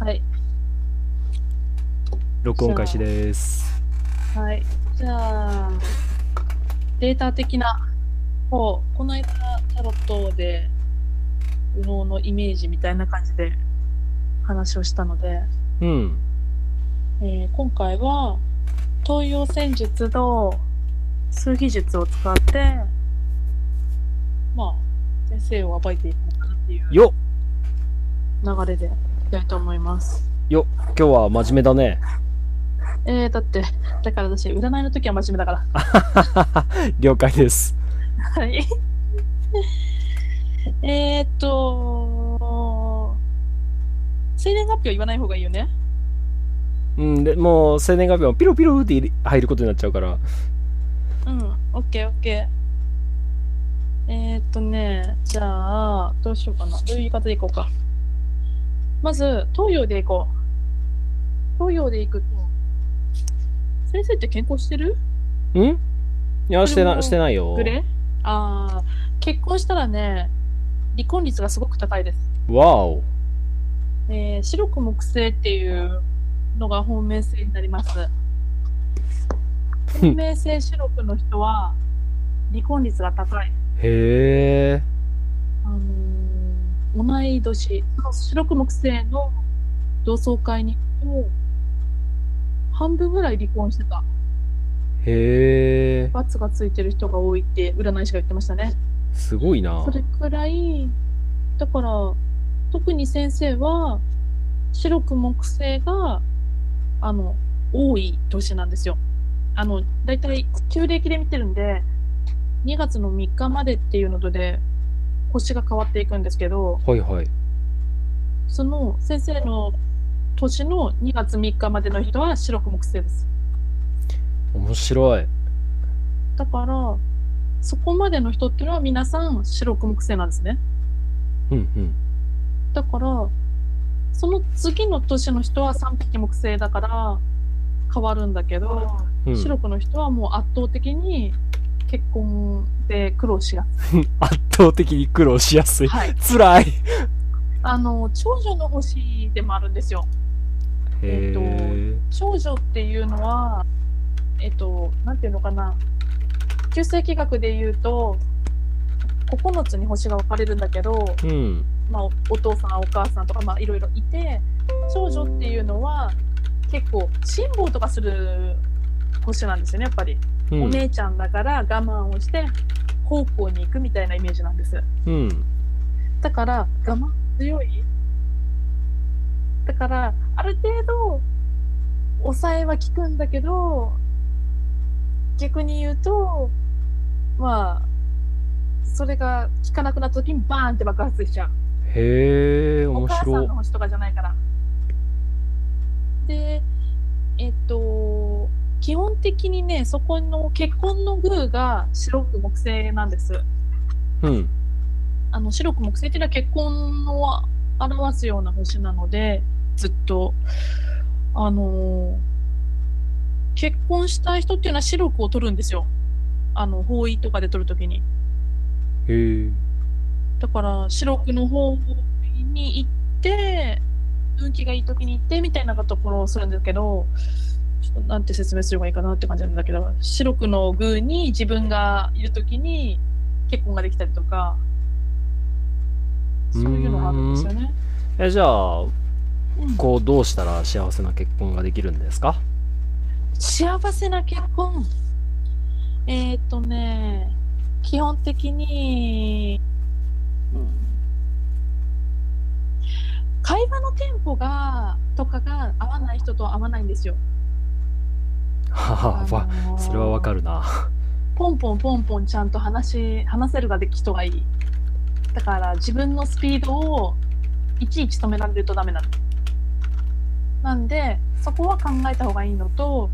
はい。録音開始です。はい。じゃあ、データ的な方、この間タロットで、右脳のイメージみたいな感じで話をしたので、うん。えー今回は東洋戦術と数秘術を使って、まあ、先生を暴いていこうかなっていう流よっれでいきたいと思います。今日は真面目だね。 えー、だって、だから私、占いの時は真面目だから。了解です。はい。 えーっと、生年月日は言わない方がいいよね。うん、でもう生年月日はピロピロって入り入ることになっちゃうから。うん、オッケーオッケー。えーっとね、じゃあ、どうしようかな。どういう言い方でいこうか。まず、東洋でいこう。東洋でいくと、先生って健康してるんいや、してこれもな、してないよグ。レああ、結婚したらね、離婚率がすごく高いです。わお。えー白く木星っていうのが本命星になります。本命星白くの人は離婚率が高い。へえ。あのー同い年、その白く木星の同窓会に行くと、半分ぐらい離婚してた。へえ。罰がついてる人が多いって占い師が言ってましたね。すごいなそ。れくらい、だから、特に先生は、白く木星が、あの、多い年なんですよ。あの、だいたい旧暦で見てるんで、2月の3日までっていうので、星が変わっていくんですけど、はいはい。その先生の年の2月3日までの人は白く木星です。面白い。だから、そこまでの人っていうのは皆さん白く木星なんですね。うんだから、その次の年の人は3匹木星だから変わるんだけど、うん。うん、白くの人はもう圧倒的に結婚で苦労しがち。圧倒的に苦労しやすい。はい。辛い。あの、長女の星でもあるんですよ。へえ。長女っていうのは、えっと、なんていうのかな。旧世紀学で言うと、9つに星が分かれるんだけど、うん。まあ、おお父さんお母さんとか、まあ、いろいろいて長女っていうのは結構辛抱とかする星なんですよねやっぱり、うおん。姉ちゃんだから我慢をして高校に行くみたいなイメージなんですうん。だから我慢強いだからある程度抑えは効くんだけど逆に言うとまあそれが効かなくなった時にバーンって爆発しちゃうへえ、お面母さ白んの星とかじゃないから。で、えっと、基本的にね、そこの結婚の宮が白く木星なんです。うん。あの白く木星っていうのは結婚を表すような星なので、ずっと、あのー結婚したい人っていうのは白くを取るんですよ。あの、法医とかで取るときに。へえ。だから白くの方に行って運気がいい時に行ってみたいなところをするんですけどちょっとなんて説明すればいいかなって感じなんだけど白くの宮に自分がいる時に結婚ができたりとかそういうのがあるんですよね。えじゃあうんこうどうしたら幸せな結婚ができるんですか 幸せな結婚えーっ、とね基本的に、うん会話のテンポがとかが合わない人と合わないんですよ。ははわそれはわかる。るなポンポンポンポンちゃんと話し話せるができ人がいい。だから自分のスピードをいちいち止められるとダメなの。なんでそこは考えた方がいいのと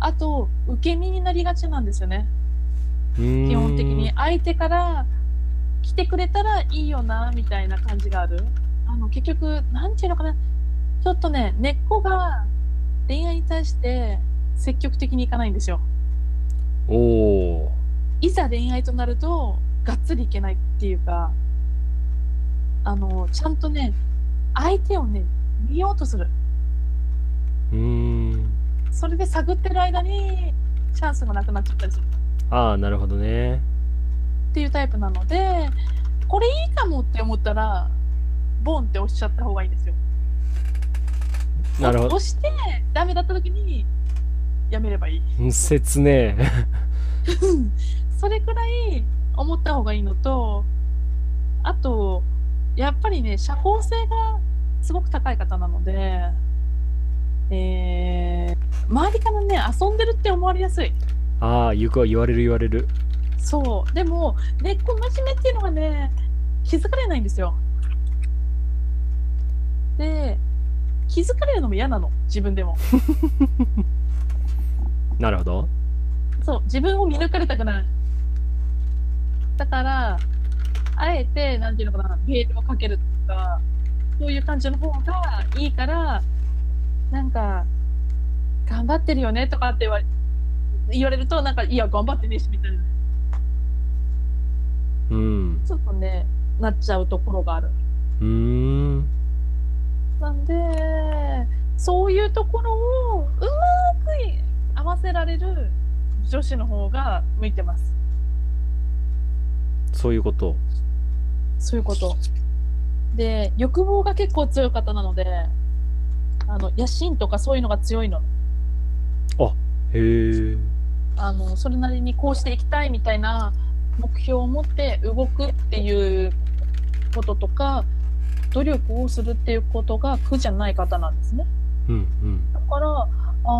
あと受け身になりがちなんですよね。 基基本的に相手から来てくれたらいいよなみたいな感じがあるあの結局なんていうのかなちょっとね根っこが恋愛に対して積極的にいかないんですよおおいざ恋愛となるとがっつりいけないっていうかあのちゃんとね相手をね見ようとする。うーん。それで探ってる間にチャンスがなくなっちゃったりするああ、なるほどね。っていうタイプなので、これいいかもって思ったら、ボンって押しちゃった方がいいですよ。なるほど。押して、ダメだった時に、やめればいい。うん切ねえ。 それくらい思った方がいいのと、あと、やっぱりね、社交性がすごく高い方なので、えー周りからね、遊んでるって思われやすい。ああ、ゆくは言われる言われる。そう。でも、根っこ真面目っていうのがね、気づかれないんですよ。で、気づかれるのも嫌なの、自分でも。なるほど。そう、自分を見抜かれたくない。だから、あえて、なんていうのかな、ゲールをかけるとか、そういう感じの方がいいから、なんか、頑張ってるよねとかって言われ言われると、なんか、いや、頑張ってねえし、みたいな。うん。ちょっとね、なっちゃうところがある。うーん。なんで、そういうところをうまくい合わせられる女子の方が向いてます。そういうこと。そういうこと。で、欲望が結構強い方なので、あの、野心とかそういうのが強いの。へえ。あの、それなりにこうしていきたいみたいな目標を持って動くっていうこととか、努力をするっていうことが苦じゃない方なんですね。うんだから、あ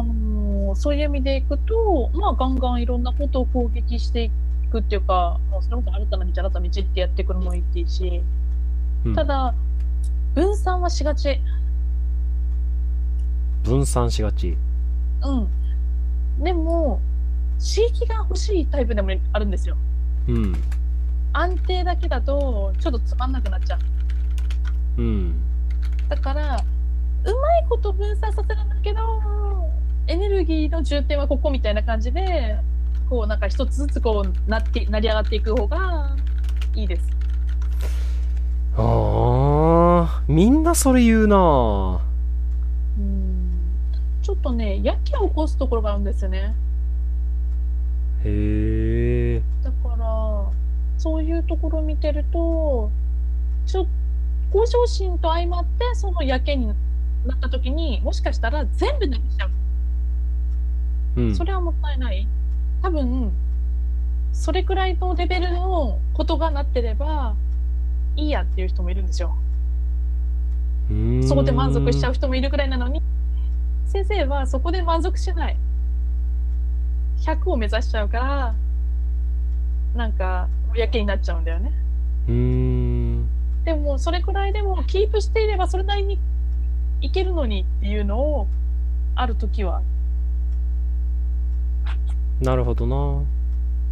のーそういう意味でいくと、まあ、ガンガンいろんなことを攻撃していくっていうか、もうそれこそ新たな道、新たな道ってやっていくのもいいし、うん。た、だ、分散はしがち。分散しがち。うん。でも、刺激が欲しいタイプでもあるんですよ。うん。安定だけだと、ちょっとつまんなくなっちゃう。うん。だから、うまいこと分散させるんだけど、エネルギーの重点はここみたいな感じで、こうなんか一つずつこうなって、成り上がっていく方がいいです。ああ、みんなそれ言うなうん。ちょっとね、やきを起こすところがあるんですよね。へえ。だから、そういうところ見てると、ちょ向上心と相まって、そのやけになった時に、もしかしたら全部なくしちゃう。うん。それはもったいない多分それくらいのレベルのことがなってればいいやっていう人もいるんですようーんそこで満足しちゃう。人もいるくらいなのに先生はそこで満足しない100を目指しちゃうからなんかやけになっちゃうんだよねうーん。でもそれくらいでもキープしていればそれなりにいけるのにっていうのをある時はなるほどな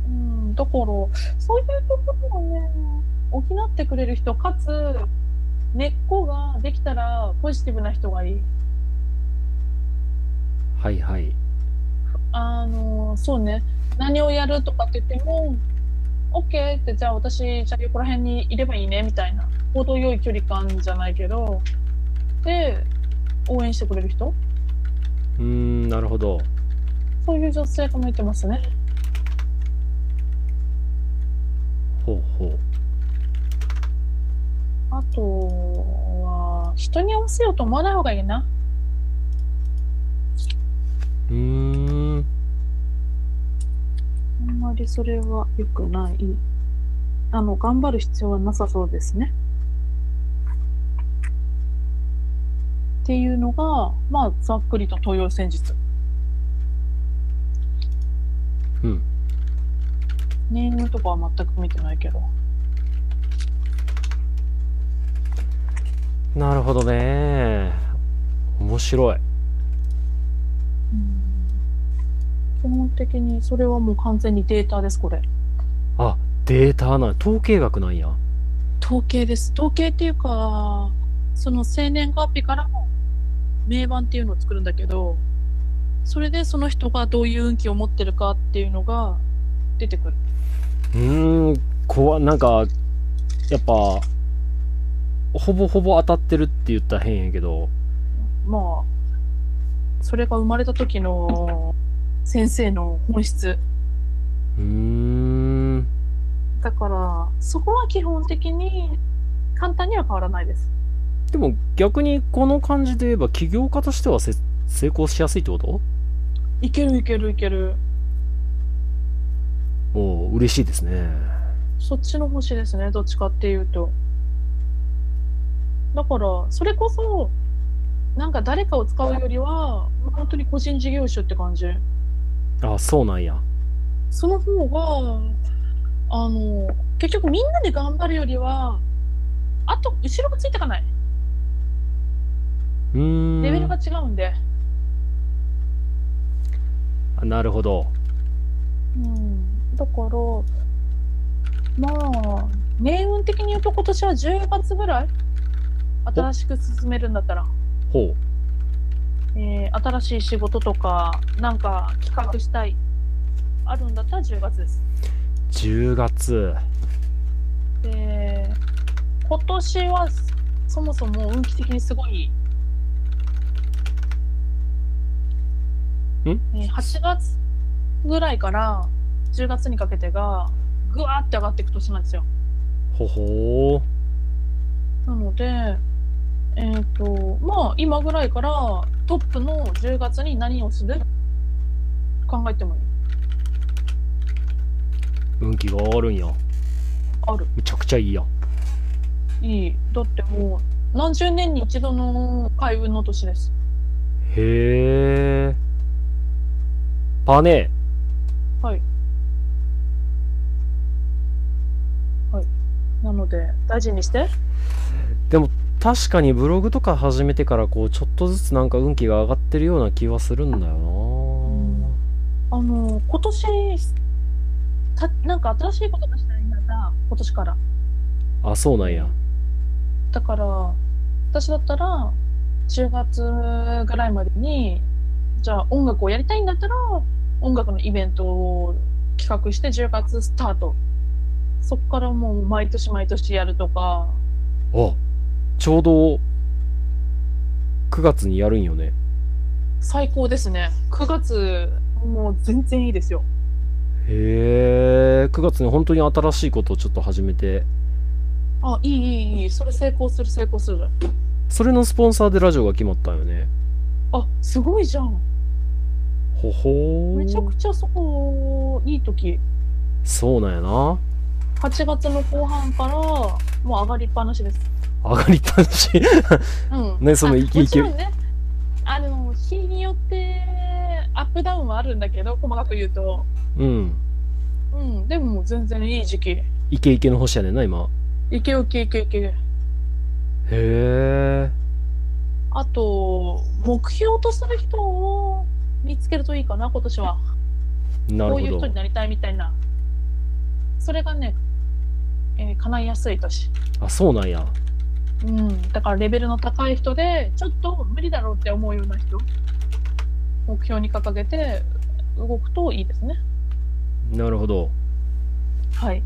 うん、だから、そういうところをね、補ってくれる人、かつ、根っこができたらポジティブな人がいい。はいはい。あの、そうね、何をやるとかって言っても、OK って、じゃあ私、じゃあここら辺にいればいいね、みたいな、程よい距離感じゃないけど、で、応援してくれる人うーん、なるほど。そういう女性が向いてますね。ほうほう。あとは、人に合わせようと思わない方がいいな。うーん。あんまりそれは良くない。あの、頑張る必要はなさそうですね。っていうのが、まあ、ざっくりと東洋戦術。うん。ネームとかは全く見てないけど。なるほどね面白い。基本的に、それはもう完全にデータです、これ。あ、データなん、統計学なんや。統計です。統計っていうか、その生年月日からも名盤っていうのを作るんだけど、それでその人がどういう運気を持ってるかっていうのが出てくる。うーん、怖なんか、やっぱ、ほぼほぼ当たってるって言ったら変やけど、それが生まれた時の先生の本質。うーん。だから、そこは基本的に簡単には変わらないです。でも逆にこの感じで言えば起業家としてはせ成功しやすいってこといけるいけるいける。おう嬉しいですね。そっちの星ですね、どっちかっていうと。だから、それこそ、なんか誰かを使うよりは、本当に個人事業主って感じ。あ、そうなんや。その方が、あの、結局みんなで頑張るよりは、あと、後ろがついてかない。うーん。レベルが違うんで。あなるほど。うん、だから、まあ、命運的に言うと今年は10月ぐらい新しく進めるんだったら、ほえー新しい仕事とか、なんか企画したい、あるんだったら10月です。う。10月。で、今年はそもそも運気的にすごい、んえー ?8 月ぐらいから10月にかけてが、ぐわーって上がっていく年なんですよ。ほほなので、えっ、と、まあ、今ぐらいからトップの10月に何をする考えてもいい。ー。運気が上がるんや。ある。むちゃくちゃいいやん。いい。だってもう、何十年に一度の開運の年です。へえ。パネ。はい。はい。なので、大事にして。確かにブログとか始めてからこうちょっとずつなんか運気が上がってるような気はするんだよんあの、今年、たなんか新しいことがしたいんだったら、今年から。な。あ、そうなんや。だから、私だったら、10月ぐらいまでに、じゃあ音楽をやりたいんだったら、音楽のイベントを企画して10月スタート。そっからもう毎年毎年やるとか、あ、ちょうど9月にやるんよね。最高ですね。9月、もう全然いいですよ。へえ、9月に本当に新しいことをちょっと始めて、あ、いいいいいい。それ成功する成功する。それのスポンサーでラジオが決まったんよね。あ、すごいじゃん。ほほめちゃーく。ちゃそこ、いい時。そうなんやな。 8月の後半から、もう上がりっぱなしです。上がりっぱなし。うん ねそのあイケイケもちろんねあの日によってアップダウンはあるんだけど細かく言うとうん。うんでももう全然いい時期イケイケの星やねんな、今。いけいけいけいけへえ。あと目標とする人を見つけるといいかな今年はなこうるいうほ人どに。なりたいみたいなそれがね、えー叶いやすい年あ、そうなんや。うんだからレベルの高い人でちょっと無理だろうって思うような人目標に掲げて動くといいですねなるほど。はい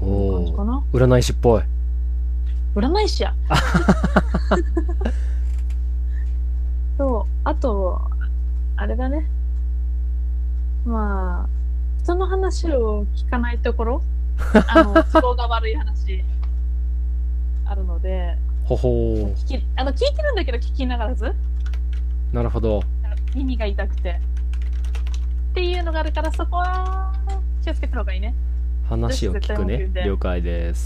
おこんな感じかお。な占い師っぽい。占い師や。そう、あと、あれだね。まあ、人の話を聞かないところ、あの、都合が悪い話、あるので、ほほー。聞き、あの、聞いてるんだけど聞きながらず、なるほど。耳が痛くて。っていうのがあるから、そこは、気をつけた方がいいね。話を聞女子く絶対文句言ねうん。で了解です。